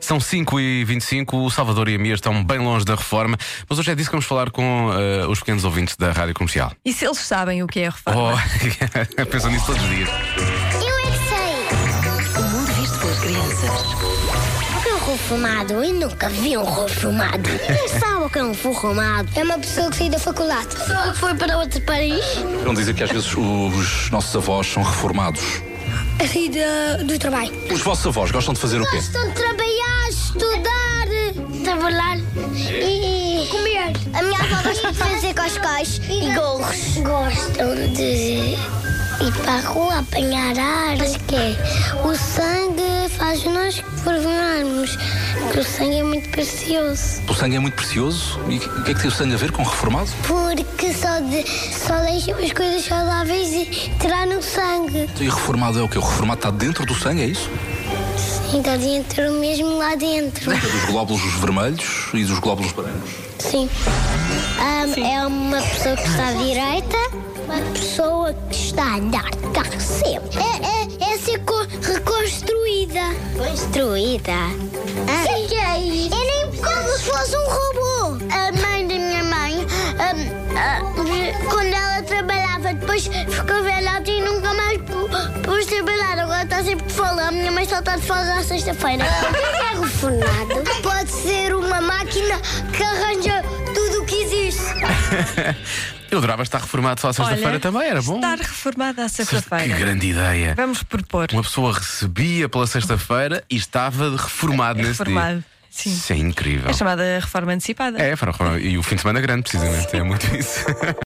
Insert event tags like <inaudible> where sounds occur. São 5 e 25 o Salvador e a Mia estão bem longe da reforma, mas hoje é disso que vamos falar com eh, os pequenos ouvintes da Rádio <laughs> Comercial. E se eles sabem o que é a reforma? Oh, <laughs> pensam nisso todos os dias. Eu é que sei. O mundo visto pelas crianças. O que é um reformado? Eu nunca vi um reformado. <laughs> Ninguém sabe o que é um reformado. É uma pessoa que saiu da faculdade. Pessoa que foi para outro país. Não dizer que às vezes os nossos avós são reformados. A saída do trabalho. Os vossos avós gostam de fazer o quê? Gostam de trabalhar, estudar. Trabalhar e comer. A minha avó gosta de fazer coscóis e gorros. Gostam de ir para a rua apanhar ar. Mas que é? O sangue faz nós provarmos. Porque o sangue é muito precioso. O sangue é muito precioso. E o que é que tem o sangue a ver com reformado? Porque só, de, só deixam as coisas saudáveis e tiraram o sangue. E reformado é o quê? O reformado está dentro do sangue, é isso? Sim, está dentro mesmo lá dentro. É Dos glóbulos vermelhos e dos glóbulos brancos. Sim. É uma pessoa que está à direita, uma pessoa que está a andar cá sempre. É, é, é ser co- reconstruída. Construída? Sim, é isso. É nem como se fosse um robô. A mãe da minha mãe, Ah, quando ela trabalhava, depois ficou velhota e nunca mais pôs trabalhar. Agora está sempre de folga. A minha mãe só está de folga à sexta-feira. É reformado. Pode ser uma máquina que arranja tudo o que existe. Eu adorava estar reformado só à sexta-feira Olha, também, era bom. Estar reformada à Que sexta-feira. grande ideia. Vamos propor. Uma pessoa recebia pela sexta-feira e estava reformado nesse Reformado. dia. Sim. Isso é incrível. É chamada reforma antecipada. É, foram- foram- e o fim de semana grande, precisamente. É muito isso. <laughs>